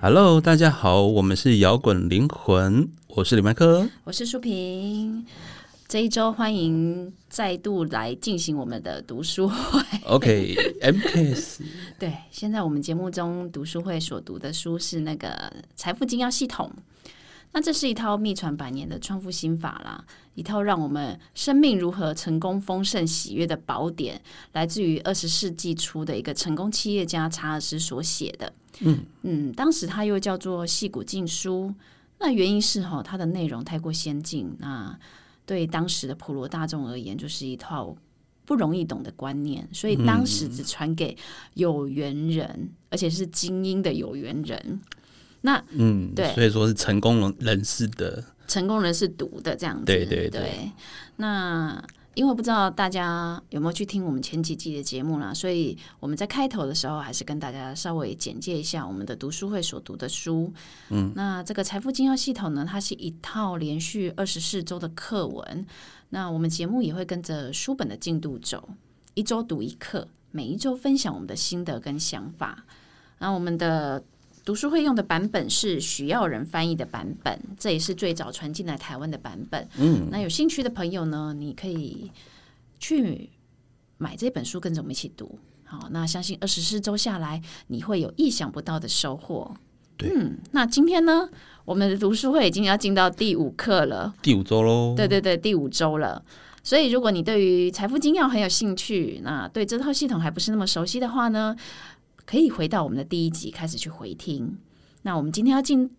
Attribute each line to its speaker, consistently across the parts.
Speaker 1: Hello，大家好，我们是摇滚灵魂，我是李麦克。
Speaker 2: 我是舒平。这一周欢迎再度来进行我们的读书会。
Speaker 1: OK，MKS，、
Speaker 2: 对，现在我们节目中读书会所读的书是那个《财富经要系统》，那这是一套秘传百年的创富心法啦，一套让我们生命如何成功、丰盛、喜悦的宝典，来自于二十世纪初的一个成功企业家查尔斯所写的。嗯嗯，当时它又叫做《细骨禁书》，那原因是哈、它的内容太过先进，那对当时的普罗大众而言，就是一套。不容易懂的观念，所以当时只传给有缘人，而且是精英的有缘人。那
Speaker 1: 嗯，
Speaker 2: 对
Speaker 1: 所以说是成功人士的，
Speaker 2: 成功人是读的这样子，
Speaker 1: 对对对
Speaker 2: 那因为不知道大家有没有去听我们前几季的节目啦，所以我们在开头的时候还是跟大家稍微简介一下我们的读书会所读的书。嗯，那这个财富经要系统呢，它是一套连续二十四周的课文。那我们节目也会跟着书本的进度走，一周读一课，每一周分享我们的心得跟想法。那我们的读书会用的版本是许耀仁翻译的版本，这也是最早传进来台湾的版本。嗯，那有兴趣的朋友呢，你可以去买这本书，跟着我们一起读。好，那相信二十四周下来，你会有意想不到的收获。
Speaker 1: 对
Speaker 2: 嗯，那今天呢，我们的读书会已经要进到第五课了。
Speaker 1: 第五周喽。
Speaker 2: 对对对，第五周了。所以，如果你对于财富精要很有兴趣，那对这套系统还不是那么熟悉的话呢，可以回到我们的第一集开始去回听。那我们今天要进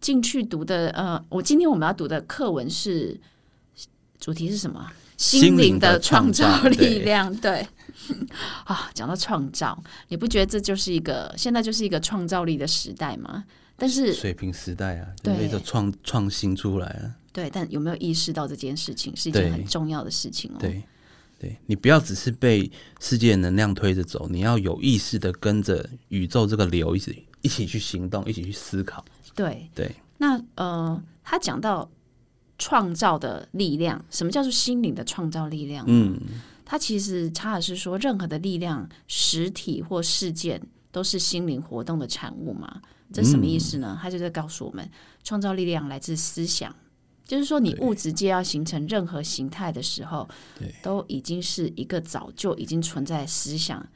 Speaker 2: 进去读的，呃，我今天我们要读的课文是主题是什么啊？
Speaker 1: 心灵
Speaker 2: 灵
Speaker 1: 的
Speaker 2: 的创
Speaker 1: 创造
Speaker 2: 力
Speaker 1: 对
Speaker 2: 量， 对。啊，讲到创造，你不觉得这就是一个现在就是一个创造力的时代吗？但是
Speaker 1: 水平时代啊，
Speaker 2: 对
Speaker 1: 就是创创新出来啊了。
Speaker 2: 对，但有没有意识到这件事情是一件
Speaker 1: 对
Speaker 2: 很重要的事情哦？
Speaker 1: 对，对你不要只是被世界的能量推着走，你要有意识的跟着宇宙这个流一起一起去行动，一起去思考。
Speaker 2: 对
Speaker 1: 对，
Speaker 2: 那呃，他讲到创造的力量，什么叫做心灵的创造力量？
Speaker 1: 嗯，
Speaker 2: 他其实查尔斯说，任何的力量、实体或事件都是心灵活动的产物嘛。这什么意思
Speaker 1: 嗯
Speaker 2: 呢？他就在告诉我们，创造力量来自思想，就是说你物质界要形成任何形态的时候
Speaker 1: 对，
Speaker 2: 都已经是一个早就已经存在的思想，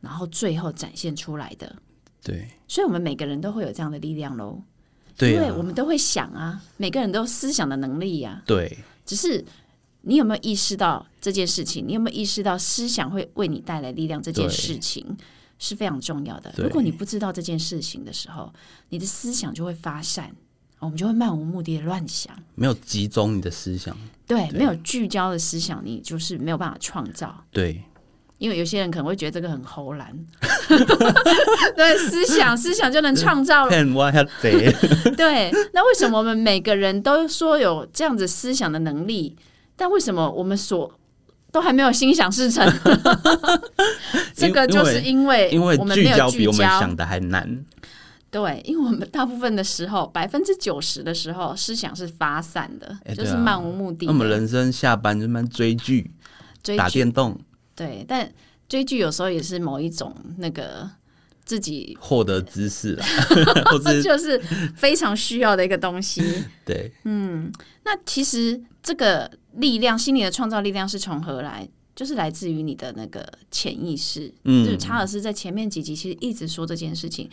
Speaker 2: 然后最后展现出来的。
Speaker 1: 对，
Speaker 2: 所以，我们每个人都会有这样的力量喽。
Speaker 1: 对
Speaker 2: 因为
Speaker 1: 啊
Speaker 2: 我，们都会想啊，每个人都有思想的能力呀、
Speaker 1: 对，
Speaker 2: 只是你有没有意识到这件事情？你有没有意识到思想会为你带来力量这件
Speaker 1: 对
Speaker 2: 事情是非常重要的？
Speaker 1: 对
Speaker 2: 如果你不知道这件事情的时候，你的思想就会发散，哦我们就会漫无目的的乱想。
Speaker 1: 没有集中你的思想。
Speaker 2: 对，没有聚焦的思想，你就是没有办法创造。
Speaker 1: 对，
Speaker 2: 因为有些人可能会觉得这个很齁然， 对，思想思想就能创造了。
Speaker 1: 看挖下贼。
Speaker 2: 对，那为什么我们每个人都说有这样子思想的能力，但为什么我们所都还没有心想事成？ 这个就是因为
Speaker 1: 因为
Speaker 2: 我们
Speaker 1: 聚
Speaker 2: 没有
Speaker 1: 焦
Speaker 2: 聚
Speaker 1: 比我们
Speaker 2: 焦
Speaker 1: 想的还难。
Speaker 2: 对，因为我们大部分的时候，百分之九十的时候思想是发散的，
Speaker 1: 哎
Speaker 2: 就
Speaker 1: 对
Speaker 2: 是
Speaker 1: 啊
Speaker 2: 漫无目的
Speaker 1: 那
Speaker 2: 的
Speaker 1: 我们人生下班就慢慢追剧、
Speaker 2: 追
Speaker 1: 打
Speaker 2: 剧，
Speaker 1: 电动，
Speaker 2: 对，但追剧有时候也是某一种那个自己。
Speaker 1: 获得知识 啦，或者
Speaker 2: 就是非常需要的一个东西。
Speaker 1: 对
Speaker 2: 那其实这个力量，心理的创造力量是从何来？就是来自于你的那个潜意识。
Speaker 1: 嗯
Speaker 2: 就是查尔斯在前面几集其实一直说这件事情，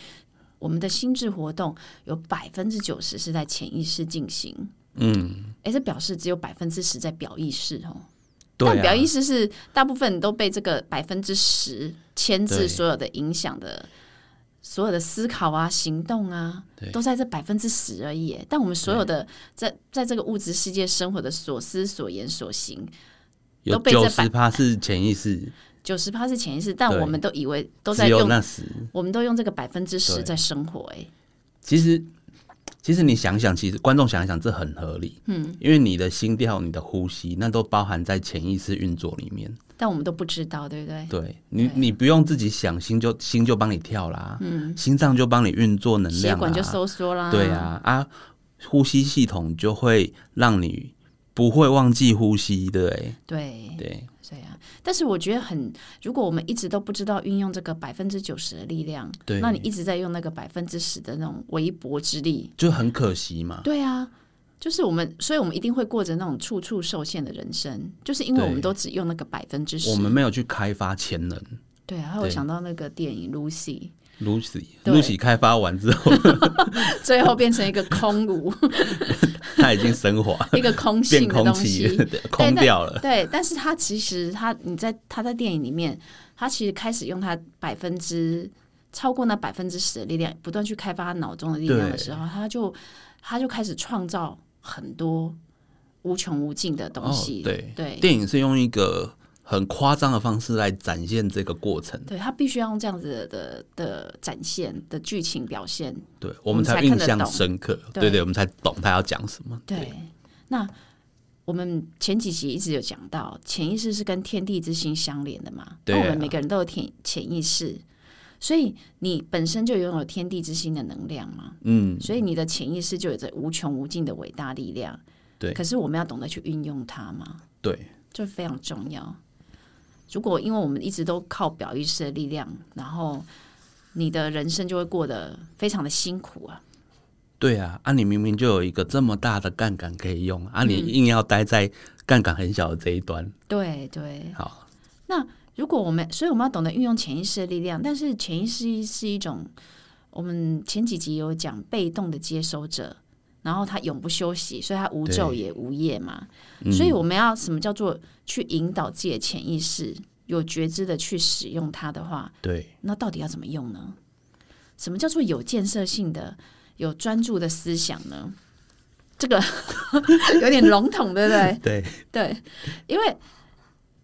Speaker 2: 我们的心智活动有百分之九十是在潜意识进行。嗯，哎，这表示只有百分之十在表意识哦。但
Speaker 1: 对
Speaker 2: 表
Speaker 1: 啊，
Speaker 2: 意识是大部分都被这个百分之十牵
Speaker 1: 对
Speaker 2: 制所有的影响的，所有的思考啊、行动啊，都在这百分之十而已耶。但我们所有的在在这个物质世界生活的所思所言所行，
Speaker 1: 有
Speaker 2: 都被这
Speaker 1: 九十趴是潜意识，
Speaker 2: 九十趴是潜意识，但
Speaker 1: 对
Speaker 2: 我们都以为都在
Speaker 1: 只有
Speaker 2: 用，
Speaker 1: 那十。
Speaker 2: 我们都用这个百分之十
Speaker 1: 对
Speaker 2: 在生活。哎，
Speaker 1: 其实，其实你想想，其实观众想一想，这很合理。嗯，因为你的心跳、你的呼吸，那都包含在潜意识运作里面。
Speaker 2: 但我们都不知道，对不对？
Speaker 1: 对你，你不用自己想，心就心就帮你跳啦，嗯，心脏就帮你运作能啊
Speaker 2: 血
Speaker 1: 量啦，啊
Speaker 2: 啊管就收缩啦，
Speaker 1: 对，啊，啊，呼吸系统就会让你不会忘记呼吸，对不对？
Speaker 2: 对，
Speaker 1: 对，
Speaker 2: 所以啊，但是我觉得很，如果我们一直都不知道运用这个百分之九十的力量，
Speaker 1: 对
Speaker 2: 那你一直在用那个百分之十的那种微薄之力，
Speaker 1: 就很可惜嘛。
Speaker 2: 对啊，就是我们，所以我们一定会过着那种处处受限的人生，就是因为
Speaker 1: 对
Speaker 2: 我们都只用那个百分之十
Speaker 1: 我。们没有去开发潜能
Speaker 2: 对啊，还有
Speaker 1: 对
Speaker 2: 想到那个电影 Lucy，对
Speaker 1: ，Lucy，Lucy 开发完之后，
Speaker 2: 最后变成一个 空无，
Speaker 1: 它已经升华，
Speaker 2: 一个 空性
Speaker 1: 变
Speaker 2: 的
Speaker 1: 空
Speaker 2: 东
Speaker 1: 气
Speaker 2: 西。，
Speaker 1: 对空掉了。哦
Speaker 2: 对，但是他其实他你在他在电影里面，他其实开始用他百分之超过那百分之十的力量，不断去开发他脑中的力量的时候，他就他就开始创造很多无穷无尽的东
Speaker 1: 哦
Speaker 2: 西。
Speaker 1: 对
Speaker 2: 对
Speaker 1: 电影是用一个很夸张的方式来展现这个过程，
Speaker 2: 对，他必须要用这样子的的的展现的剧情表现。
Speaker 1: 对
Speaker 2: 我
Speaker 1: 我
Speaker 2: 们
Speaker 1: 们
Speaker 2: 才
Speaker 1: 才
Speaker 2: 看
Speaker 1: 印
Speaker 2: 得
Speaker 1: 象
Speaker 2: 懂
Speaker 1: 深刻，
Speaker 2: 对
Speaker 1: 对对，我们才懂他要讲什么。
Speaker 2: 对，那我们前几集一直有讲到，潜意识是跟天地之心相连的嘛。
Speaker 1: 对
Speaker 2: 那
Speaker 1: 啊
Speaker 2: 我们每个人都有潜潜意识，所以你本身就拥有天地之心的能量嘛。
Speaker 1: 嗯，
Speaker 2: 所以你的潜意识就有着无穷无尽的伟大力量。
Speaker 1: 对
Speaker 2: 可是我们要懂得去运用它嘛，
Speaker 1: 对，
Speaker 2: 这非常重要。如果因为我们一直都靠表意识的力量，然后你的人生就会过得非常的辛苦啊。
Speaker 1: 对啊，啊，你明明就有一个这么大的杠杆可以用，啊，
Speaker 2: 嗯
Speaker 1: 你硬要待在杠杆很小的这一端，
Speaker 2: 对对，
Speaker 1: 好，
Speaker 2: 如果我们，所以我们要懂得运用潜意识的力量，但是潜意识是一种，我们前几集有讲被动的接收者，然后他永不休息，所以他无昼
Speaker 1: 对
Speaker 2: 也无夜嘛。所以我们要什么叫做去引导自己的潜意识，有觉知的去使用它的话，
Speaker 1: 对，
Speaker 2: 那到底要怎么用呢？什么叫做有建设性的、有专注的思想呢？这个 有点笼统，对不对？
Speaker 1: 对，
Speaker 2: 对，因为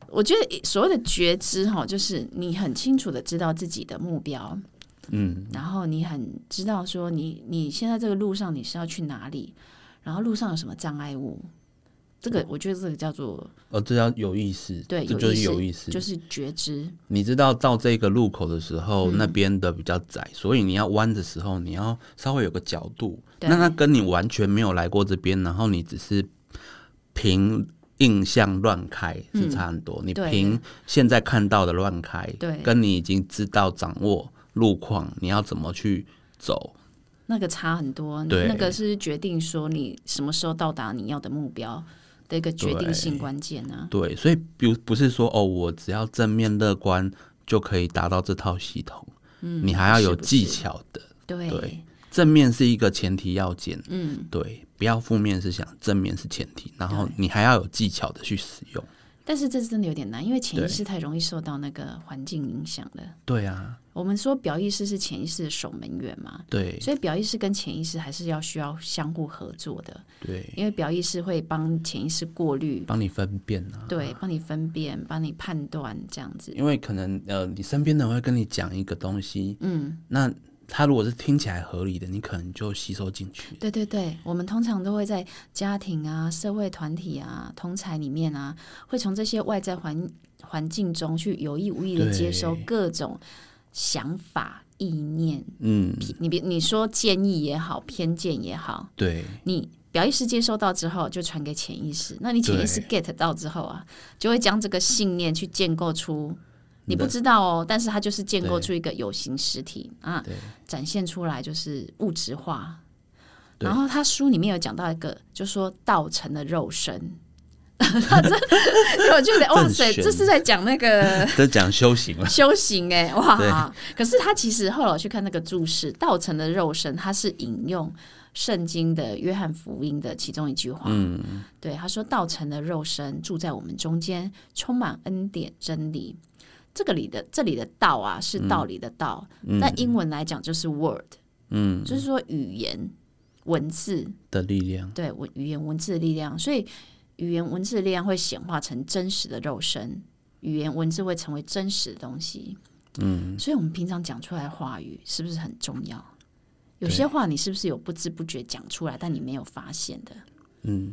Speaker 2: 我觉得所谓的觉知哈，就是你很清楚的知道自己的目标，
Speaker 1: 嗯，
Speaker 2: 然后你很知道说你你现在这个路上你是要去哪里，然后路上有什么障碍物，这个我觉得这个叫做
Speaker 1: 哦，这叫有意识，
Speaker 2: 对
Speaker 1: 这就是有
Speaker 2: 意
Speaker 1: 意
Speaker 2: 识，
Speaker 1: 识，
Speaker 2: 就是觉知，
Speaker 1: 你知道到这个路口的时候，
Speaker 2: 嗯
Speaker 1: 那边的比较窄，所以你要弯的时候，你要稍微有个角度。
Speaker 2: 对
Speaker 1: 那他跟你完全没有来过这边，然后你只是凭印象乱开是差很多。你
Speaker 2: 嗯对
Speaker 1: 凭现在看到的乱开，
Speaker 2: 对
Speaker 1: 跟你已经知道掌握路况，你要怎么去走，
Speaker 2: 那个差很多，
Speaker 1: 对
Speaker 2: 那个是决定说你什么时候到达你要的目标的一个决定性关键啊。
Speaker 1: 对，所以不不是说哦，我只要正面乐观就可以达到这套系统，
Speaker 2: 嗯，
Speaker 1: 你还要有
Speaker 2: 是不是
Speaker 1: 技，巧的。
Speaker 2: 对
Speaker 1: 对正面是一个前提要件，
Speaker 2: 嗯。
Speaker 1: 对，不要负面思想，正面是前提，然后你还要有技巧的去使用。
Speaker 2: 但是这真的有点难，因为潜意
Speaker 1: 对
Speaker 2: 识太容易受到那个环境影响了。
Speaker 1: 对啊，
Speaker 2: 我们说表意识是潜意识的守门员嘛，
Speaker 1: 对
Speaker 2: 所以表意识跟潜意识还是要需要相互合作的，
Speaker 1: 对，
Speaker 2: 因为表意识会帮潜意识过滤，
Speaker 1: 帮你分辨啊，
Speaker 2: 对，帮你分辨，帮你判断这样子。
Speaker 1: 因为可能呃，你身边的人会跟你讲一个东西，
Speaker 2: 嗯，
Speaker 1: 那他如果是听起来合理的，你可能就吸收进去。
Speaker 2: 对对对，我们通常都会在家庭啊、社会团体啊、同才里面啊，会从这些外在环环境中去有意无意的接收
Speaker 1: 对
Speaker 2: 各种想法、意念、
Speaker 1: 嗯，
Speaker 2: 你别你说建议也好，偏见也好，
Speaker 1: 对
Speaker 2: 你表意识接收到之后就传给潜意识，那你潜意识 get 到之后啊，就会将这个信念去建构出。你不知道哦，但是它就是建构出一个有形实体啊，
Speaker 1: 对
Speaker 2: 展现出来就是物质化。
Speaker 1: 对
Speaker 2: 然后他书里面有讲到一个，就说道成的肉身， 他这我就觉得哇塞，
Speaker 1: 正玄
Speaker 2: 这是在讲那个
Speaker 1: 这讲修行 了，
Speaker 2: 修行哎、 哇！可是他其实后来我去看那个注释，道成的肉身，他是引用圣经的约翰福音的其中一句话。嗯，对，他说道成的肉身住在我们中间，充满恩典真理。这个里的这里的道啊，是道理的道，但英文来讲就是 word，
Speaker 1: 嗯
Speaker 2: 就是说语言文字，
Speaker 1: 的力量，
Speaker 2: 对文语言文字的力量，所以语言文字的力量会显化成真实的肉身，语言文字会成为真实的东西。嗯，所以我们平常讲出来的话语是不是很重要？有些话你是不是有不知不觉讲出来，但你没有发现的？
Speaker 1: 嗯。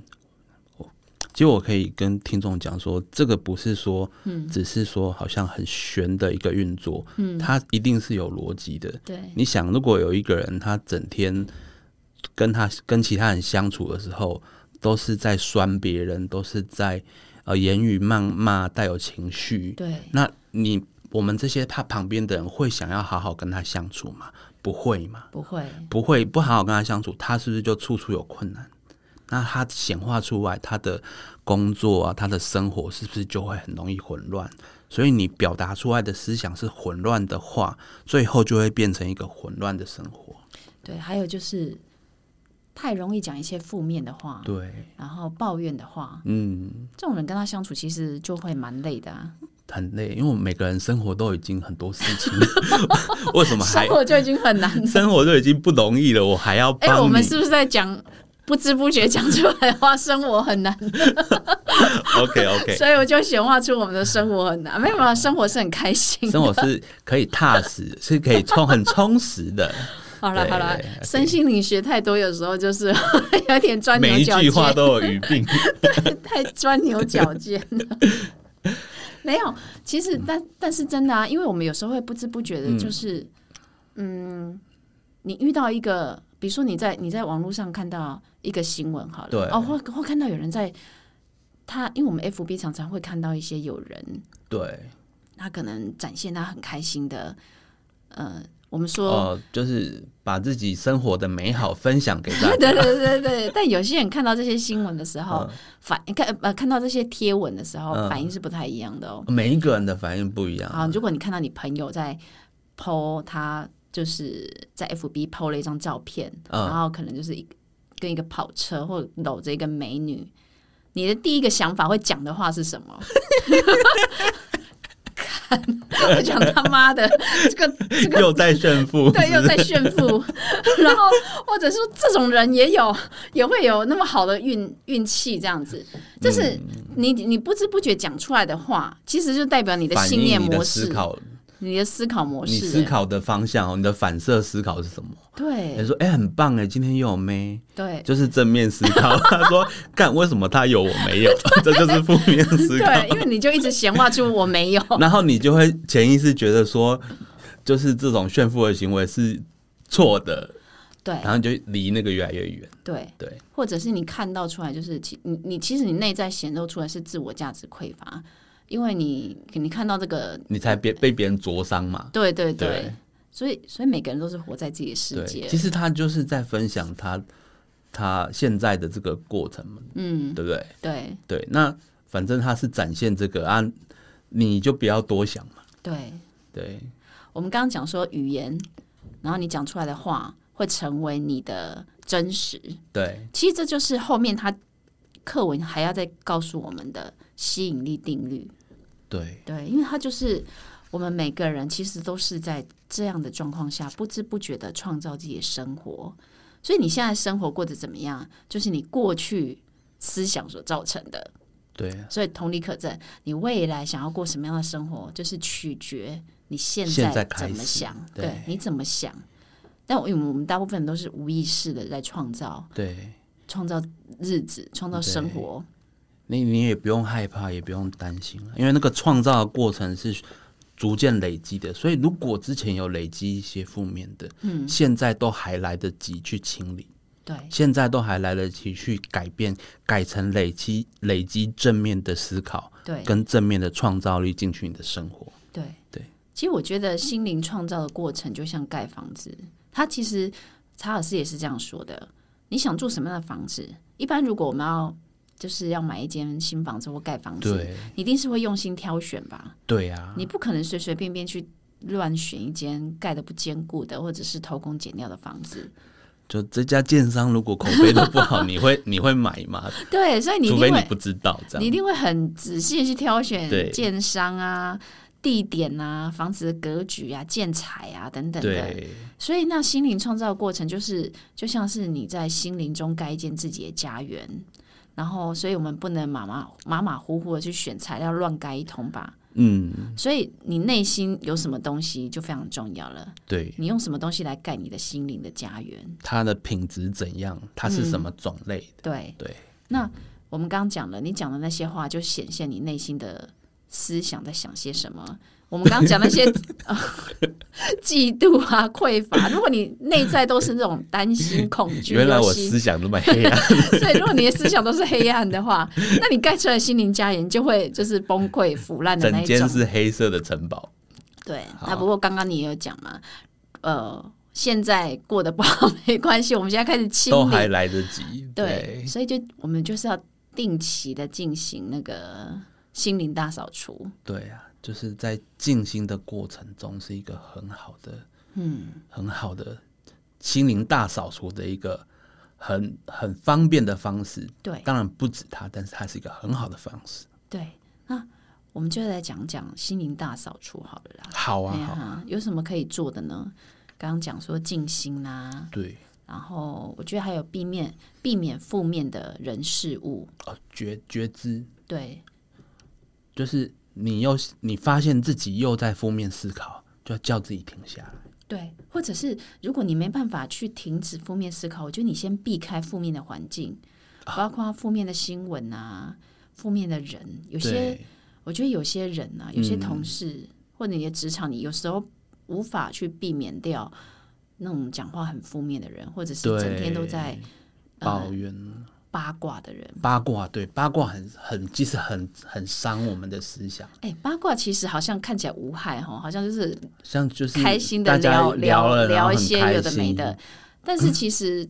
Speaker 1: 其实我可以跟听众讲说，这个不是说，只是说好像很玄的一个运作，嗯，它一定是有逻辑的，
Speaker 2: 对
Speaker 1: 你想，如果有一个人他整天跟他跟其他人相处的时候，都是在酸别人，都是在呃言语谩骂，带有情绪。
Speaker 2: 对，
Speaker 1: 那你我们这些怕旁边的人会想要好好跟他相处吗？不会嘛，
Speaker 2: 不会，
Speaker 1: 不会，不好好跟他相处，他是不是就处处有困难？那他显化出来，他的工作啊，他的生活是不是就会很容易混乱？所以你表达出来的思想是混乱的话，最后就会变成一个混乱的生活。
Speaker 2: 对，还有就是太容易讲一些负面的话，
Speaker 1: 对，
Speaker 2: 然后抱怨的话，
Speaker 1: 嗯，
Speaker 2: 这种人跟他相处其实就会蛮累的、啊，
Speaker 1: 很累，因为我们每个人生活都已经很多事情了， 为什么
Speaker 2: 生
Speaker 1: 还
Speaker 2: 活就已经很难。
Speaker 1: 生活都已经不容易了，我还要
Speaker 2: 哎、
Speaker 1: 帮你？
Speaker 2: 我们是不是在讲不知不觉讲出来的话，生活很 难？
Speaker 1: OK OK，
Speaker 2: 所以我就显化出我们的生活很难。没有没有，生活是很开心。
Speaker 1: 生活是可以踏实，是可以充很充实的。
Speaker 2: 好了
Speaker 1: 对
Speaker 2: 好了
Speaker 1: 对，对
Speaker 2: 身心灵学太多，有时候就是 有点钻牛
Speaker 1: 每一
Speaker 2: 角
Speaker 1: 句话
Speaker 2: 尖，
Speaker 1: 都有语病。
Speaker 2: 太钻牛角尖了。 没有，其
Speaker 1: 嗯
Speaker 2: 实但但是真的啊，因为我们有时候会不知不觉的，就是嗯你遇到一个，比如说你在你在网络上看到一个新闻好了，
Speaker 1: 对
Speaker 2: 哦，或或看到有人在他，因为我们 FB 常常会看到一些有人
Speaker 1: 对，
Speaker 2: 他可能展现他很开心的，呃，我们说。
Speaker 1: 哦、就是把自己生活的美好分享给 大家。
Speaker 2: 对对对对，但有些人看到这些新闻的时候，
Speaker 1: 嗯
Speaker 2: 反看呃看到这些贴文的时候，
Speaker 1: 嗯
Speaker 2: 反应是不太一样的哦。
Speaker 1: 每一个人的反应不一
Speaker 2: 好，
Speaker 1: 样。
Speaker 2: 啊如果你看到你朋友在 PO 他就是在 FB PO 了一张照片，
Speaker 1: 嗯
Speaker 2: 然后可能就是一跟一个跑车或者搂着一个美女，你的第一个想法会讲的话是什 么？看，我讲他妈的，这个这个
Speaker 1: 又在炫富，
Speaker 2: 对，又在炫富， 然后或者说这种人也有，也会有那么好的运运气这样子，就是
Speaker 1: 嗯
Speaker 2: 你你不知不觉讲出来的话，其实就代表你的
Speaker 1: 反
Speaker 2: 信
Speaker 1: 映
Speaker 2: 念
Speaker 1: 你的
Speaker 2: 模
Speaker 1: 思
Speaker 2: 式，
Speaker 1: 考，
Speaker 2: 你的思考模
Speaker 1: 你思
Speaker 2: 式，
Speaker 1: 考的方向哦，你的反射思考是什么？你
Speaker 2: 对
Speaker 1: 说，哎、很棒哎，今天又有妹，
Speaker 2: 对
Speaker 1: 就是正面思考。 他说，干，为什么他有我没 有？ 这就是负面思考。
Speaker 2: 对，因为你就一直闲话出我没有，
Speaker 1: 然后你就会潜意识觉得说，就是这种炫富的行为是错的，
Speaker 2: 对
Speaker 1: 然后你就离那个越来越远。
Speaker 2: 对，
Speaker 1: 对，
Speaker 2: 或者是你看到出来就是其你你其实你内在显露出来是自我价值匮乏，因为你你看到这个，
Speaker 1: 你才别被别人灼伤嘛。
Speaker 2: 对对对。
Speaker 1: 对
Speaker 2: 所以，所以每个人都是活在自己的世
Speaker 1: 对，
Speaker 2: 界。
Speaker 1: 其实他就是在分享他他现在的这个过程嘛，
Speaker 2: 嗯，
Speaker 1: 对不对？
Speaker 2: 对
Speaker 1: 对，那反正他是展现这个啊，你就不要多想嘛。
Speaker 2: 对，
Speaker 1: 对，
Speaker 2: 我们刚刚讲说语言，然后你讲出来的话会成为你的真实。
Speaker 1: 对，
Speaker 2: 其实这就是后面他课文还要再告诉我们的吸引力定律。
Speaker 1: 对，
Speaker 2: 对，因为它就是我们每个人其实都是在这样的状况下，不知不觉的创造自己的生活。所以你现在生活过得怎么样，就是你过去思想所造成的。
Speaker 1: 对，
Speaker 2: 所以同理可证，你未来想要过什么样的生活，就是取决你现
Speaker 1: 现在
Speaker 2: 在
Speaker 1: 开
Speaker 2: 怎
Speaker 1: 始
Speaker 2: 么想，
Speaker 1: 对
Speaker 2: 对，你怎么想。但我因为我们大部分人都是无意识的在创造、
Speaker 1: 对。
Speaker 2: 创造日子、创造生活，
Speaker 1: 你你也不用害怕，也不用担心了，因为那个创造的过程是逐渐累积的，所以如果之前有累积一些负面的，嗯，现在都还来得及去清理，
Speaker 2: 对
Speaker 1: 现在都还来得及去改变，改成累积累积正面的思考
Speaker 2: 对
Speaker 1: 跟正面的创造力进去你的生活。
Speaker 2: 对
Speaker 1: 对。
Speaker 2: 其实我觉得心灵创造的过程就像盖房子，他其实查尔斯也是这样说的。你想住什么样的房子？一般如果我们要就是要买一间新房子或盖房子，
Speaker 1: 对
Speaker 2: 你一定是会用心挑选吧？
Speaker 1: 对啊，
Speaker 2: 你不可能随随便便去乱选一间盖的不坚固的，或者是偷工减料的房子。
Speaker 1: 就这家建商如果口碑都不好，你 会你会买吗？
Speaker 2: 对，所以你一
Speaker 1: 除非
Speaker 2: 定
Speaker 1: 你
Speaker 2: 会，
Speaker 1: 不知道这
Speaker 2: 你一
Speaker 1: 样。
Speaker 2: 定会很仔细地去
Speaker 1: 对
Speaker 2: 挑选建商啊、地点啊、房子的格局啊、建材啊等等的。
Speaker 1: 对
Speaker 2: 所以，那心灵创造的过程，就是就像是你在心灵中盖一间自己的家园。然后，所以我们不能马马马马虎虎的去选材料乱盖一通吧。
Speaker 1: 嗯，
Speaker 2: 所以，你内心有什么东西就非常重要了。
Speaker 1: 对，
Speaker 2: 你用什么东西来盖你的心灵的家园？
Speaker 1: 它的品质怎样？它是什么种类？
Speaker 2: 对
Speaker 1: 对，
Speaker 2: 那我们刚刚讲了，你讲的那些话就显现你内心的思想在想些什么。我们刚刚讲 那些、呃嫉妒啊、匮乏，如果你内在都是这种担心、恐 惧，
Speaker 1: 原来我
Speaker 2: 忧心
Speaker 1: 思想这么黑啊暗，
Speaker 2: 所以，如果你的思想都是黑暗的 话，那你盖出来的心灵家园就会就是崩溃腐烂的那
Speaker 1: 整
Speaker 2: 一
Speaker 1: 间
Speaker 2: 种。
Speaker 1: 是黑色的城堡。
Speaker 2: 对，
Speaker 1: 好
Speaker 2: 那不过刚刚你也有讲嘛，呃，现在过得不好没关系，我们现在开始清
Speaker 1: 都还
Speaker 2: 理。
Speaker 1: 来得及。
Speaker 2: 对，所以就我们就是要定期的进行那个心灵大扫除。
Speaker 1: 对啊，就是在静心的过程中是一个很好的，嗯，很好的心灵大扫除的一个很很方便的方式。
Speaker 2: 对
Speaker 1: 当然不止它，但是它是一个很好的方式。
Speaker 2: 对，那我们就来讲讲心灵大扫除好了啦。
Speaker 1: 好啊，
Speaker 2: 哎
Speaker 1: 好，
Speaker 2: 呀，有什么可以做的呢？刚刚讲说静心啊啦、
Speaker 1: 对，
Speaker 2: 然后我觉得还有避免避免负面的人事物，
Speaker 1: 哦，觉觉知
Speaker 2: 对
Speaker 1: 就是你又你发现自己又在负面思考，就要叫自己停下来。
Speaker 2: 对，或者是如果你没办法去停止负面思考，我觉得你先避开负面的环境，
Speaker 1: 啊
Speaker 2: 包括负面的新闻啊、负面的人，有些
Speaker 1: 对，嗯
Speaker 2: 我觉得有些人啊，有些同事、或者你的职场，你有时候无法去避免掉那种讲话很负面的人，或者是整天都
Speaker 1: 对
Speaker 2: 在呃
Speaker 1: 抱怨、
Speaker 2: 八卦的人。
Speaker 1: 八卦，对八卦很很其实很很伤我们的思想。
Speaker 2: 哎，八卦其实好像看起来无害哈，好像就是
Speaker 1: 像就是
Speaker 2: 开心的
Speaker 1: 大家
Speaker 2: 聊
Speaker 1: 聊了然后
Speaker 2: 聊一
Speaker 1: 很
Speaker 2: 些
Speaker 1: 开
Speaker 2: 有的没
Speaker 1: 心
Speaker 2: 的，但是其实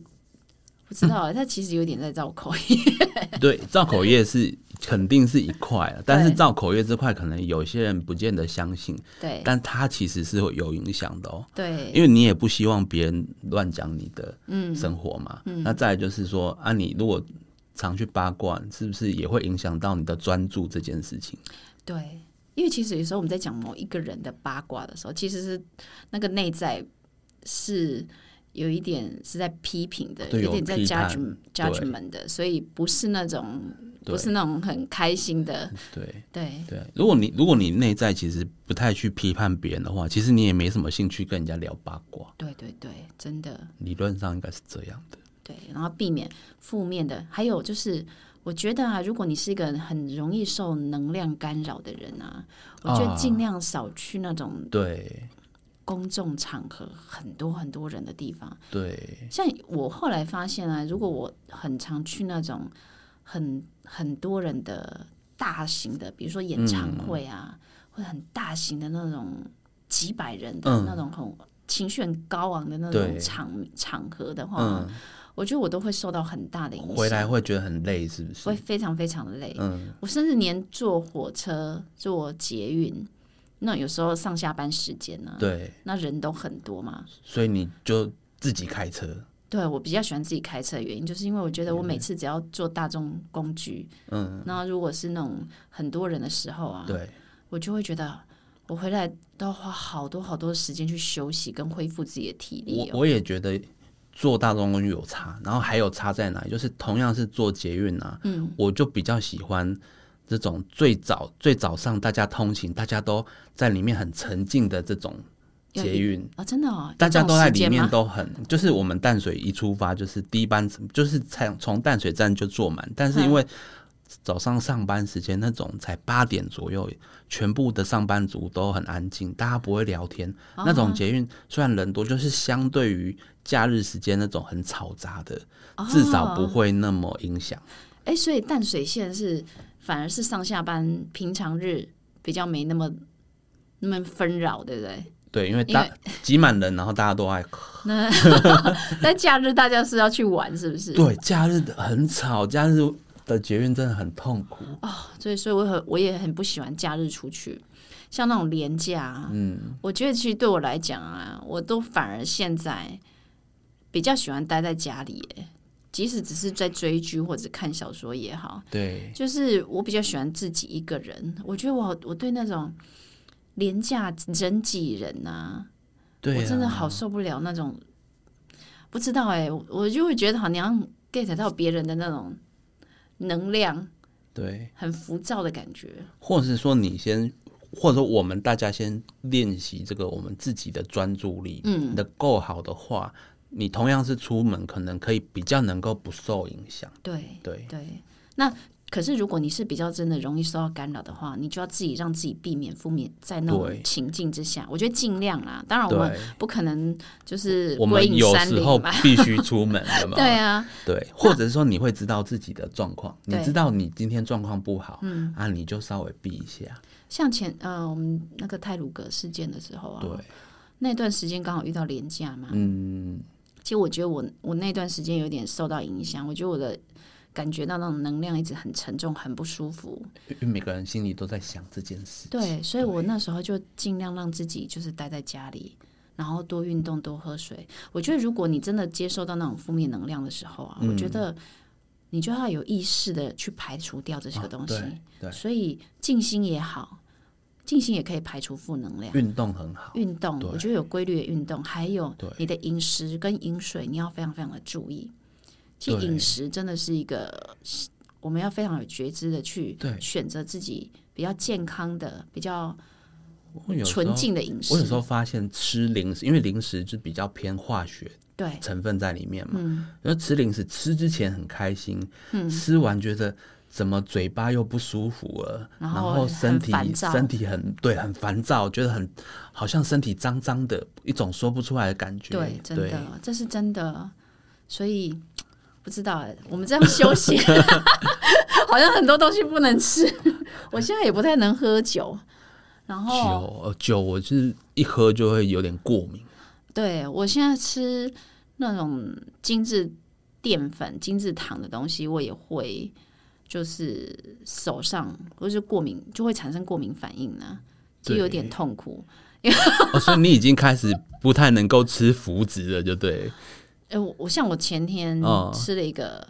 Speaker 2: 不知道，欸他其实有点在绕口音。
Speaker 1: 对，造口业是肯定是一块 了，但是造口业这块可能有些人不见得相信，
Speaker 2: 对
Speaker 1: 但它其实是会有影响的哦。
Speaker 2: 对
Speaker 1: 因为你也不希望别人乱讲你的生活嘛，那再来就是说啊，你如果常去八卦，是不是也会影响到你的专注这件事情？
Speaker 2: 对，因为其实有时候我们在讲某一个人的八卦的时候，其实是那个内在是。有一点是在批评的，
Speaker 1: 对有
Speaker 2: 点在
Speaker 1: 批
Speaker 2: judgment
Speaker 1: 判
Speaker 2: judgment 的，所以不是那种
Speaker 1: 对
Speaker 2: 不是那种很开心的，
Speaker 1: 对
Speaker 2: 对
Speaker 1: 对，如果你如果你内在其实不太去批判别人的话，其实你也没什么兴趣跟人家聊八卦，
Speaker 2: 对对对，真的。
Speaker 1: 理论上应该是这样的。
Speaker 2: 对，然后避免负面的。还有就是，我觉得啊，如果你是一个很容易受能量干扰的人啊，我觉得
Speaker 1: 啊
Speaker 2: 尽量少去那种
Speaker 1: 对
Speaker 2: 公众场合很多很多人的地方。
Speaker 1: 对，
Speaker 2: 像我后来发现啊，如果我很常去那种很很多人的大型的，比如说演
Speaker 1: 嗯
Speaker 2: 唱会啊，或者很大型的那种几百人的、
Speaker 1: 嗯
Speaker 2: 那种很情绪很高昂的那种
Speaker 1: 对
Speaker 2: 场场合的话、
Speaker 1: 嗯，
Speaker 2: 我觉得我都会受到很大的影响。
Speaker 1: 回来会觉得很累，是不
Speaker 2: 会
Speaker 1: 是？
Speaker 2: 非常非常的累。
Speaker 1: 嗯，
Speaker 2: 我甚至连坐火车、坐捷运，那有时候上下班时间呢、
Speaker 1: 对，
Speaker 2: 那人都很多嘛。
Speaker 1: 所以你就自己开车，
Speaker 2: 对我比较喜欢自己开车的原因，就是因为我觉得我每次只要坐大众工具，
Speaker 1: 嗯，
Speaker 2: 那如果是那种很多人的时候啊，
Speaker 1: 对，
Speaker 2: 我就会觉得我回来都要花好多好多时间去休息跟恢复自己的体力
Speaker 1: 我
Speaker 2: 哦。
Speaker 1: 我也觉得坐大众工具有差，然后还有差在哪里？就是同样是坐捷运啊，嗯，我就比较喜欢这种最早最早上大家通勤，大家都在里面很沉静的这种
Speaker 2: 有
Speaker 1: 捷运。
Speaker 2: 啊、真的哦，
Speaker 1: 大家
Speaker 2: 有这
Speaker 1: 都
Speaker 2: 种
Speaker 1: 在
Speaker 2: 时
Speaker 1: 里
Speaker 2: 间
Speaker 1: 面
Speaker 2: 吗？
Speaker 1: 都很，就是我们淡水一出发就是第一班，就是从从淡水站就坐满，但
Speaker 2: 嗯
Speaker 1: 是因为早上上班时间那种才八点左右，全部的上班族都很安静，大家不会聊天。
Speaker 2: 哦
Speaker 1: 那种捷运虽然人多，就是相对于假日时间那种很嘈杂的，至少不会那么影响。
Speaker 2: 哦哎，所以淡水线是反而是上下班平常日比较没那么那么纷扰，对不对？
Speaker 1: 对，因为大挤满人，然后大家都爱
Speaker 2: 那但假日大家是要去玩，是不是？
Speaker 1: 对假日的很吵，假日的捷运真的很痛苦。
Speaker 2: 啊所以，所以我很我也很不喜欢假日出去，像那种廉价、啊，嗯，我觉得其实对我来讲啊，我都反而现在比较喜欢待在家里耶，即使只是在追剧或者看小说也好，
Speaker 1: 对，
Speaker 2: 就是我比较喜欢自己一个人，我觉得我好我对那种廉价人挤人啊，
Speaker 1: 对、啊，
Speaker 2: 我真的好受不了那种，不知道哎、我我就会觉得好像 get 到别人的那种能量，
Speaker 1: 对。
Speaker 2: 很浮躁的感觉。
Speaker 1: 或者是说你先，或者说我们大家先练习这个我们自己的专注力，嗯，的够好的话，你同样是出门，可能可以比较能够不受影响。
Speaker 2: 对
Speaker 1: 对
Speaker 2: 对，那可是如果你是比较真的容易受到干扰的话，你就要自己让自己避免负面在那种
Speaker 1: 对
Speaker 2: 情境之下，我觉得尽量啦。当然我们
Speaker 1: 对，
Speaker 2: 不可能就是
Speaker 1: 我
Speaker 2: 归
Speaker 1: 们
Speaker 2: 隐
Speaker 1: 有
Speaker 2: 山
Speaker 1: 时
Speaker 2: 林
Speaker 1: 候
Speaker 2: 嘛，
Speaker 1: 必须出门的嘛。
Speaker 2: 对啊，
Speaker 1: 对，或者是说你会知道自己的状况，你
Speaker 2: 对嗯
Speaker 1: 知道你今天状况不好，啊，你就稍微避一下。
Speaker 2: 像前呃我们那个泰鲁格事件的时候啊，
Speaker 1: 对，
Speaker 2: 那段时间刚好遇到廉价嘛，
Speaker 1: 嗯，
Speaker 2: 其实我觉得我我那段时间有点受到影响，我觉得我的感觉到那种能量一直很沉重，很不舒服。
Speaker 1: 因为每个人心里都在想这件事。啊
Speaker 2: 对，所以我那时候就尽量让自己就是待在家里，然后多运动，多喝水。我觉得如果你真的接受到那种负面能量的时候啊，我觉
Speaker 1: 嗯
Speaker 2: 得你就要有意识的去排除掉这些个东西。
Speaker 1: 啊对对
Speaker 2: 所以静心也好，静心也可以排除负能量。
Speaker 1: 运动很好，
Speaker 2: 运动，我觉得有规律的运动，还有
Speaker 1: 对
Speaker 2: 你的饮食跟饮水，你要非常非常的注意。其实
Speaker 1: 对
Speaker 2: 饮食真的是一个，我们要非常有觉知的去
Speaker 1: 对
Speaker 2: 选择自己比较健康的、比较
Speaker 1: 我有时候
Speaker 2: 纯净的饮
Speaker 1: 我有时
Speaker 2: 食。
Speaker 1: 候发现吃零食，因为零食就比较偏化学
Speaker 2: 对，
Speaker 1: 成分在里面嘛。
Speaker 2: 嗯
Speaker 1: 然后吃零食，吃之前很开心，吃完觉得怎么嘴巴又不舒服了，
Speaker 2: 然
Speaker 1: 然
Speaker 2: 后
Speaker 1: 后身体
Speaker 2: 很烦躁
Speaker 1: 身体很对很烦躁，觉得很好像身体脏脏的，一种说不出来的感觉。
Speaker 2: 对，真
Speaker 1: 对
Speaker 2: 的，这是真的。所以不知道哎，我们这样休 息，好像很多东西不能吃。我现在也不太能喝酒，然
Speaker 1: 酒
Speaker 2: 后
Speaker 1: 呃酒，我就是一喝就会有点过敏。
Speaker 2: 对我现在吃那种精致淀粉、精致糖的东西，我也会就是手上或是过敏，就会产生过敏反应呢、啊就
Speaker 1: 对
Speaker 2: 有点痛苦。
Speaker 1: 哦，所以你已经开始不太能够吃麸质了，就对。
Speaker 2: 哎、我我像我前天
Speaker 1: 哦
Speaker 2: 吃了一个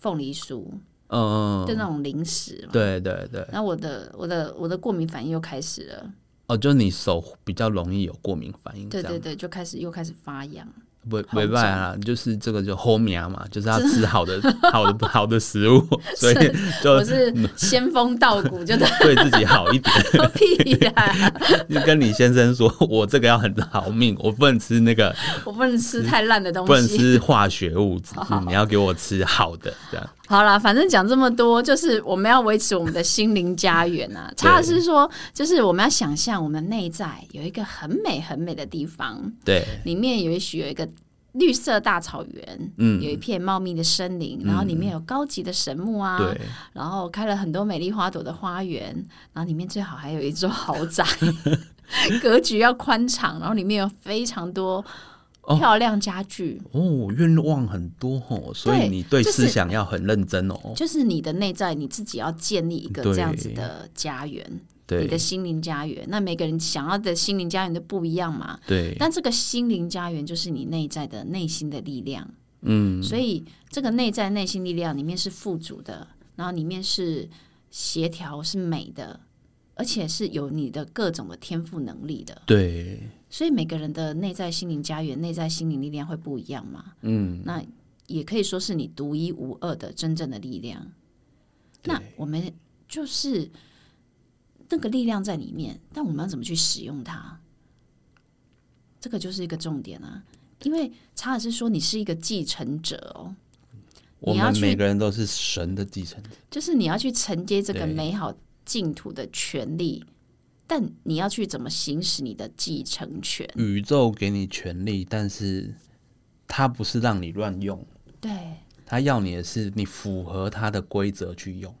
Speaker 2: 凤梨酥，
Speaker 1: 嗯，
Speaker 2: 就那种零食嘛，
Speaker 1: 对对对。
Speaker 2: 然后我的我的我的过敏反应又开始了，
Speaker 1: 哦，就你手比较容易有过敏反应，这
Speaker 2: 对
Speaker 1: 样
Speaker 2: 对对，就开始又开始发痒。
Speaker 1: 不
Speaker 2: 红
Speaker 1: 没
Speaker 2: 枣
Speaker 1: 办法啦，就是这个就后面嘛，就是要吃好 的、好的、好的食物，所以就
Speaker 2: 我是仙风道骨，就的
Speaker 1: 对自己好一点。
Speaker 2: 屁呀、
Speaker 1: 就跟你先生说， 我这个要很好命，我不能吃那个，
Speaker 2: 我不能吃太烂的东西，
Speaker 1: 不
Speaker 2: 啊
Speaker 1: 能吃化学物 质，嗯你要给我吃好的，这样
Speaker 2: 好啦，反正讲这么多，就是我们要维持我们的心灵家园 啊。差的是说，就是我们要想象我们内在有一个很美很美的地方，
Speaker 1: 对
Speaker 2: 里面也许有一个绿色大草原，
Speaker 1: 嗯
Speaker 2: 有一片茂密的森林，然后里面有高级的神木啊，
Speaker 1: 对，
Speaker 2: 然后开了很多美丽花朵的花园，然后里面最好还有一座豪宅， 格局要宽敞，然后里面有非常多
Speaker 1: 哦
Speaker 2: 漂亮家具。
Speaker 1: 哦，愿望很多哦，所以你对思想要很认真哦，
Speaker 2: 就是你的内在，你自己要建立一个
Speaker 1: 对
Speaker 2: 这样子的家园，你的
Speaker 1: 对
Speaker 2: 心灵家园。那每个人想要的心灵家园都不一样嘛。
Speaker 1: 对，
Speaker 2: 但这个心灵家园就是你内在的内心的力量，
Speaker 1: 嗯，
Speaker 2: 所以这个内在内心力量里面是富足的，然后里面是协调是美的，而且是有你的各种的天赋能力的。
Speaker 1: 对，
Speaker 2: 所以每个人的内在心灵家园、内在心灵力量会不一样嘛。嗯，那也可以说是你独一无二的真正的力量。
Speaker 1: 对
Speaker 2: 那我们就是那个力量在里面，但我们要怎么去使用它？这个就是一个重点啊。因为查尔斯说你是一个继承者哦，
Speaker 1: 我
Speaker 2: 你要
Speaker 1: 们
Speaker 2: 去
Speaker 1: 每个人都是神的继承者，
Speaker 2: 就是你要去承接这个
Speaker 1: 对
Speaker 2: 美好净土的权利，但你要去怎么行使你的继承权？
Speaker 1: 宇宙给你权利，但是它不是让你乱用。
Speaker 2: 对，
Speaker 1: 他要你的是你符合他的规则去用，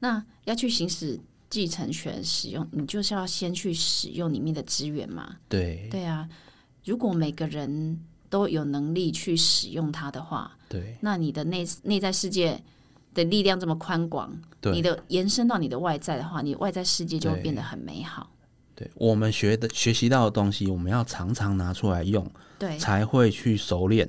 Speaker 2: 那要去行使继承权使用，你就是要先去使用里面的资源嘛。
Speaker 1: 对
Speaker 2: 对啊，如果每个人都有能力去使用它的话，
Speaker 1: 对
Speaker 2: 那你的内内在世界的力量这么宽广，
Speaker 1: 对
Speaker 2: 你的延伸到你的外在的话，你外在世界就会
Speaker 1: 对
Speaker 2: 变得很美好。
Speaker 1: 对，我们学的学习到的东西，我们要常常拿出来用，
Speaker 2: 对
Speaker 1: 才会去熟练，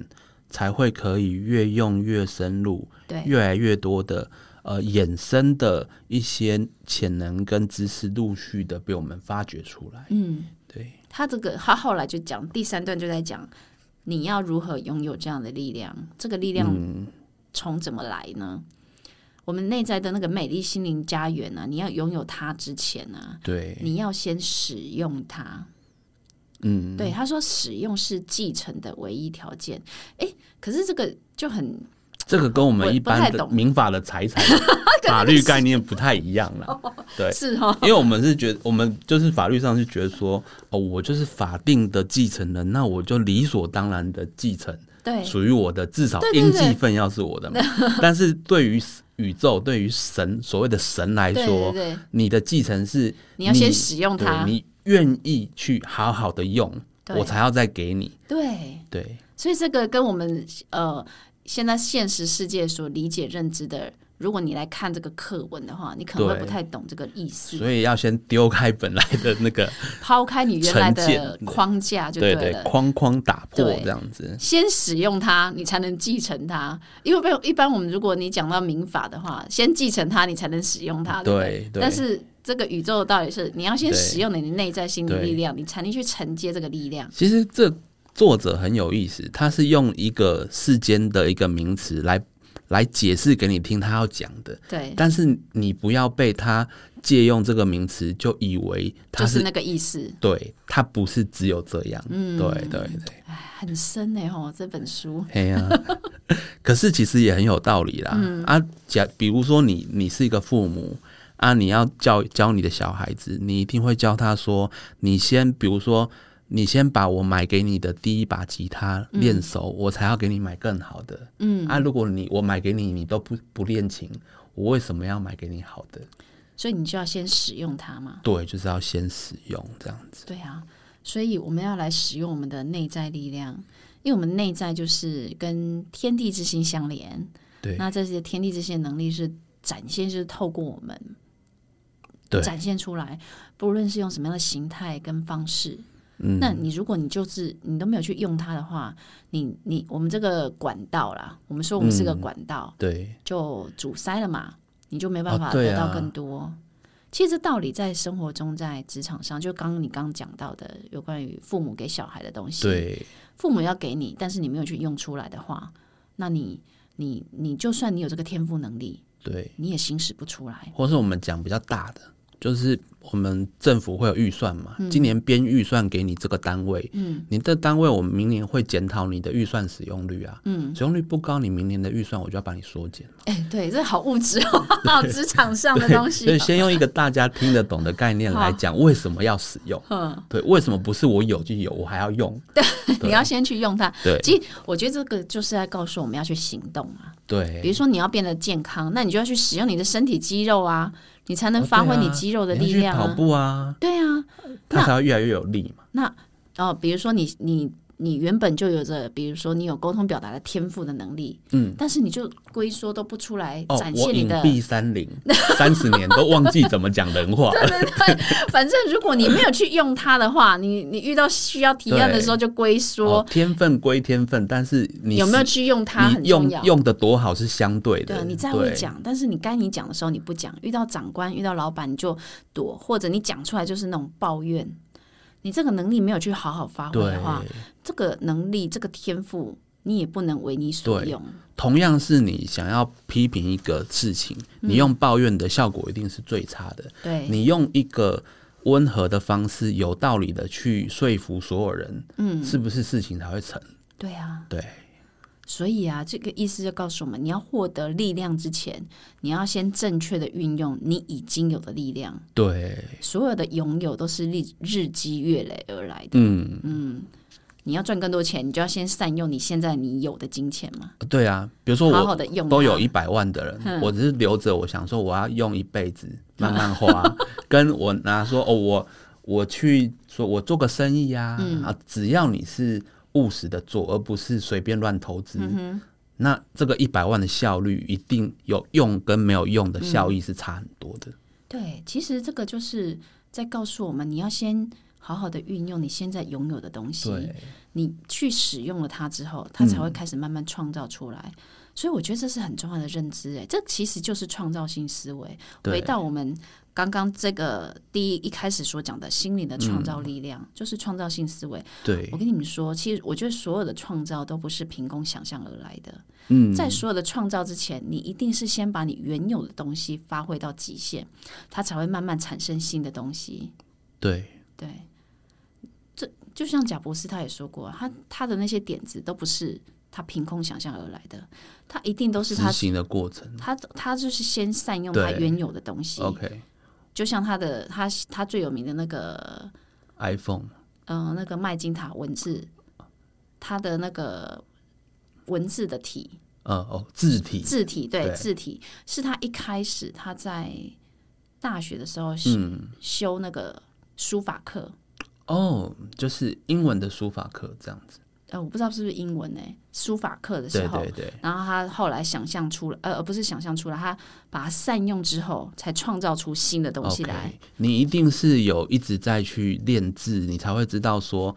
Speaker 1: 才会可以越用越深入，
Speaker 2: 对
Speaker 1: 越来越多的呃衍生的一些潜能跟知识，陆续的被我们发掘出来。
Speaker 2: 嗯，
Speaker 1: 对
Speaker 2: 他这个他后来就讲第三段就在讲你要如何拥有这样的力量，这个力量
Speaker 1: 嗯
Speaker 2: 从怎么来呢？我们内在的那个美丽心灵家园啊，你要拥有它之前啊，
Speaker 1: 对
Speaker 2: 你要先使用它。
Speaker 1: 嗯，
Speaker 2: 对，他说使用是继承的唯一条件。诶，可是这个就很
Speaker 1: 这个跟我们
Speaker 2: 不
Speaker 1: 一
Speaker 2: 不太
Speaker 1: 般的
Speaker 2: 懂
Speaker 1: 民法的财 产法律概念不太一样啦。对，
Speaker 2: 是 哦，
Speaker 1: 因为我们是觉得，我们就是法律上是觉得说，哦，我就是法定的继承人，那我就理所当然的继承，
Speaker 2: 对，
Speaker 1: 属于我的，至少
Speaker 2: 对对
Speaker 1: 应
Speaker 2: 对
Speaker 1: 继份要是我 的嘛。但是对于宇宙，对于神所谓的神来
Speaker 2: 对
Speaker 1: 说
Speaker 2: 对，对，
Speaker 1: 你的继承是
Speaker 2: 你要先使用
Speaker 1: 对
Speaker 2: 它，
Speaker 1: 你愿意去好好的用，
Speaker 2: 对
Speaker 1: 我才要再给你。
Speaker 2: 对，
Speaker 1: 对，
Speaker 2: 所以这个跟我们呃现在现实世界所理解认知的，如果你来看这个课文的话，你可能会
Speaker 1: 对
Speaker 2: 不太懂这个意思。
Speaker 1: 所以要先丢开本来的那个
Speaker 2: 抛开你原来
Speaker 1: 成见
Speaker 2: 的框架就
Speaker 1: 对
Speaker 2: 了。
Speaker 1: 对框框打破
Speaker 2: 对
Speaker 1: 这样子。
Speaker 2: 先使用它，你才能继承它。因为一般我们如果你讲到民法的话，先继承它，你才能使用它。不
Speaker 1: 嗯对对
Speaker 2: 但是这个宇宙的道理是，你要先
Speaker 1: 对
Speaker 2: 使用你的内在心理
Speaker 1: 对
Speaker 2: 力量，你才能去承接这个力量。
Speaker 1: 其实这作者很有意思，他是用一个世间的一个名词来来解释给你听他要讲的，
Speaker 2: 对，
Speaker 1: 但是你不要被他借用这个名词就以为他、
Speaker 2: 就是是那个意思。
Speaker 1: 对，他不是只有这样。
Speaker 2: 嗯
Speaker 1: 对对对，
Speaker 2: 哎，很深呢吼，这本书。
Speaker 1: 嘿呀、 可是其实也很有道理啦。啊，假比如说你你是一个父母啊，你要教教你的小孩子，你一定会教他说，你先比如说。你先把我买给你的第一把吉他练熟，我才要给你买更好的。嗯啊，如果你我买给你，你都不不练琴，我为什么要买给你好的？
Speaker 2: 所以你就要先使用它嘛。
Speaker 1: 对，就是要先使用这样子。
Speaker 2: 对啊，所以我们要来使用我们的内在力量，因为我们内在就是跟天地之心相连。
Speaker 1: 对
Speaker 2: 那这些天地之心的能力是展现，是透过我们
Speaker 1: 对
Speaker 2: 展现出来，不论是用什么样的形态跟方式。
Speaker 1: 嗯
Speaker 2: 那你如果你就是你都没有去用它的话，你你我们这个管道啦，我们说我们是个
Speaker 1: 嗯
Speaker 2: 管道，
Speaker 1: 对
Speaker 2: 就阻塞了嘛，你就没办法
Speaker 1: 哦对
Speaker 2: 得
Speaker 1: 啊
Speaker 2: 到更多。其实这道理在生活中，在职场上，就刚刚你刚讲到的有关于父母给小孩的东西，
Speaker 1: 对，
Speaker 2: 父母要给你，但是你没有去用出来的话，那你你你就算你有这个天赋能力，
Speaker 1: 对，
Speaker 2: 你也行使不出来。
Speaker 1: 或是我们讲比较大的，就是我们政府会有预算嘛，今年编预算给你这个单位，
Speaker 2: 嗯，
Speaker 1: 你的单位我们明年会检讨你的预算使用率啊，
Speaker 2: 嗯，
Speaker 1: 使用率不高，你明年的预算我就要把你缩减嘛，
Speaker 2: 哎、对，这好物质 哦，职场 上的东西啊
Speaker 1: 所以。先用一个大家听得懂的概念来讲，为什么要使用？
Speaker 2: 嗯，
Speaker 1: 对，为什么不是我有就有，我还要用？
Speaker 2: 你要先去用它。
Speaker 1: 对
Speaker 2: 其实我觉得这个就是在告诉我们要去行动啊。比
Speaker 1: 对，
Speaker 2: 如说你要变得健康，那你就要去使用你的身体肌肉啊，你才能发挥你肌肉的力量
Speaker 1: 哦你要去
Speaker 2: 啊
Speaker 1: 跑。步啊，
Speaker 2: 对啊，
Speaker 1: 它才会越来越有力嘛。
Speaker 2: 那哦，比如说你你你原本就有着，比如说你有沟通表达的天赋的能力，嗯，但是你就龟缩都不出来
Speaker 1: 哦
Speaker 2: 展，
Speaker 1: 我
Speaker 2: 现你
Speaker 1: 隐
Speaker 2: 的。
Speaker 1: 蔽三零三十年都忘记怎么讲人 话了，
Speaker 2: 反正如果你没有去用它的话，你你遇到需要提案的时候就龟缩
Speaker 1: 哦，天分归天分，但是你
Speaker 2: 有没有
Speaker 1: 使
Speaker 2: 去用它很
Speaker 1: 你
Speaker 2: 重
Speaker 1: 用
Speaker 2: 要。
Speaker 1: 用的多好是相对的，
Speaker 2: 对，啊你再会讲，但是你该你讲的时候你不讲，遇到长官、遇到老板你就躲，或者你讲出来就是那种抱怨。你这个能力没有去好好发挥
Speaker 1: 对。
Speaker 2: 的话，这个能力、这个天赋，你也不能为你所
Speaker 1: 对
Speaker 2: 用。
Speaker 1: 同样是你想要批评一个事情，
Speaker 2: 嗯
Speaker 1: 你用抱怨的效果一定是最差的。
Speaker 2: 对，
Speaker 1: 你用一个温和的方式，有道理的去说服所有人，嗯，是不是事情才会成？
Speaker 2: 对啊，
Speaker 1: 对，
Speaker 2: 所以啊，这个意思就告诉我们，你要获得力量之前，你要先正确的运用你已经有的力量。
Speaker 1: 对，
Speaker 2: 所有的拥有都是日日积月累而来的。
Speaker 1: 嗯，
Speaker 2: 你要赚更多钱，你就要先善用你现在你有的金钱嘛，
Speaker 1: 对啊。比如说我
Speaker 2: 嗯好好的用它
Speaker 1: 都有一百万的人，我只是留着，我想说我要用一辈 子慢慢花，跟我拿说哦，我我去说我做个生意啊，
Speaker 2: 嗯
Speaker 1: 啊，只要你是务实的做，而不是随便乱投资，
Speaker 2: 嗯
Speaker 1: 那这个一百万的效率一定有用跟没有用的效
Speaker 2: 嗯
Speaker 1: 益是差很多的。
Speaker 2: 对，其实这个就是在告诉我们，你要先好好的运用你现在拥有的东西，
Speaker 1: 对
Speaker 2: 你去使用了它之后，它才会开始慢慢创造出来。所以我觉得这是很重要的认知，哎，这其实就是创造性思维。
Speaker 1: 对
Speaker 2: 回到我们刚刚这个第一一开始所讲的心灵的创造力量，就是创造性思维。
Speaker 1: 对
Speaker 2: 我跟你们说，其实我觉得所有的创造都不是凭空想象而来的。
Speaker 1: 嗯，
Speaker 2: 在所有的创造之前，你一定是先把你原有的东西发挥到极限，它才会慢慢产生新的东西。
Speaker 1: 对
Speaker 2: 对，啊这就像贾博士他也说过，他他的那些点子都不是他凭空想象而来的，他一定都是他
Speaker 1: 执行的过程。
Speaker 2: 他他就是先善用
Speaker 1: 对
Speaker 2: 他原有的东西，
Speaker 1: OK，iPhone
Speaker 2: 就像他的他他最有名的那个嗯、呃、那个麦金塔文字，他的那个文字的体
Speaker 1: 呃哦，字体
Speaker 2: 字体对
Speaker 1: 对
Speaker 2: 字体是他一开始他在大学的时候
Speaker 1: 嗯
Speaker 2: 修、修那个书法课，
Speaker 1: 哦，就是英文的书法课这样子。
Speaker 2: 呃我不知道是不是英文呢、书法课的时
Speaker 1: 对
Speaker 2: 候。
Speaker 1: 对对，
Speaker 2: 然后他后来想象出来，呃，而不是想象出来，他把它善用之后，才创造出新的东西来。
Speaker 1: OK，你一定是有一直在去练字，你才会知道说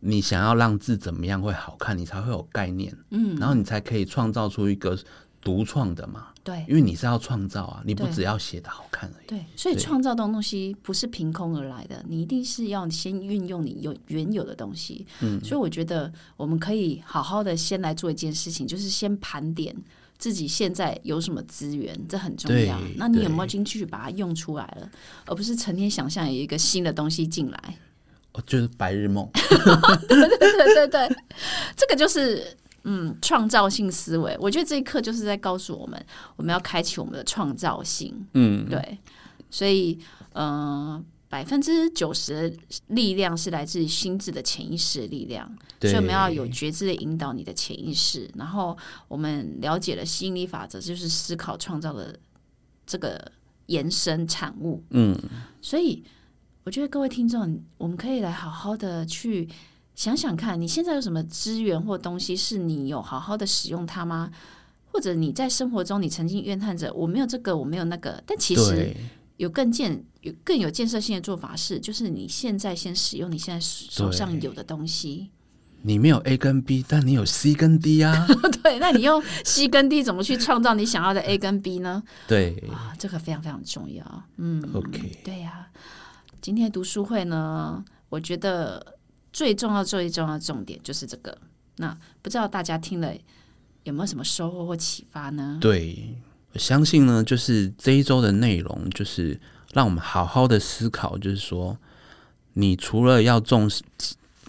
Speaker 1: 你想要让字怎么样会好看，你才会有概念，嗯，然后你才可以创造出一个独创的嘛，
Speaker 2: 对
Speaker 1: 因为你是要创造啊，你不
Speaker 2: 对
Speaker 1: 只要写的好看而已。
Speaker 2: 对，所以
Speaker 1: 对
Speaker 2: 创造这种东西不是凭空而来的，你一定是要先运用你有原有的东西。嗯，所以我觉得我们可以好好的先来做一件事情，就是先盘点自己现在有什么资源，这很重要
Speaker 1: 对。
Speaker 2: 那你有
Speaker 1: 对
Speaker 2: 没有进去把它用出来了，而不是成天想象有一个新的东西进来？
Speaker 1: 哦，就是白日梦，
Speaker 2: 对对对，这个就是嗯，创造性思维。我觉得这一课就是在告诉我们，我们要开启我们的创造性。嗯，对，所以嗯。百分之九十的力量是来自于心智的潜意识力量，所
Speaker 1: 对
Speaker 2: 以我们要有觉知的引导你的潜意识。然后我们了解了吸引力法则，就是思考创造的这个延伸产物。嗯，所以我觉得各位听众，我们可以来好好的去想想看，你现在有什么资源或东西是你有好好的使用它吗？或者你在生活中，你曾经怨叹着我没有这个，我没有那个，但其实
Speaker 1: 对
Speaker 2: 有更建有更有建设性的做法是，就是你现在先使用你现在手上有的东西。
Speaker 1: 你没有 A 跟 B，但你有 C 跟 D 啊，
Speaker 2: 对，那你用 C 跟 D 怎么去创造你想要的 A 跟 B 呢？
Speaker 1: 对
Speaker 2: 啊，这个非常非常重要。
Speaker 1: 嗯
Speaker 2: 嗯
Speaker 1: ，OK，
Speaker 2: 对呀、今天的读书会呢，我觉得最重要、最重要的重点就是这个。那不知道大家听了有没有什么收获或启发呢？
Speaker 1: 对，我相信呢，就是这一周的内容，就是让我们好好的思考，就是说，你除了要重视，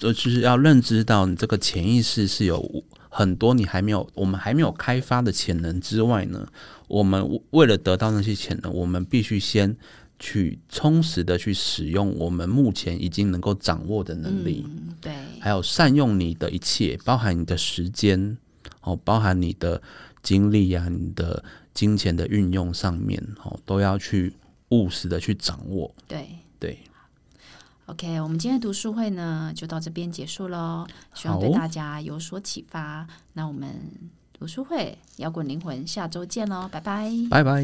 Speaker 1: 呃，就是要认知到你这个潜意识是有很多你还没有，我们还没有开发的潜能之外呢，我们为了得到那些潜能，我们必须先。去充实的去使用我们目前已经能够掌握的能力，
Speaker 2: 嗯，对，
Speaker 1: 还有善用你的一切，包含你的时间，哦，包含你的精力啊，你的金钱的运用上面，哦，都要去务实的去掌握。
Speaker 2: 对。
Speaker 1: 对，
Speaker 2: OK，我们今天的读书会呢就到这边结束喽，希望对
Speaker 1: 好哦
Speaker 2: 大家有所启发。那我们读书会摇滚灵魂下周见喽，拜拜。
Speaker 1: 拜拜。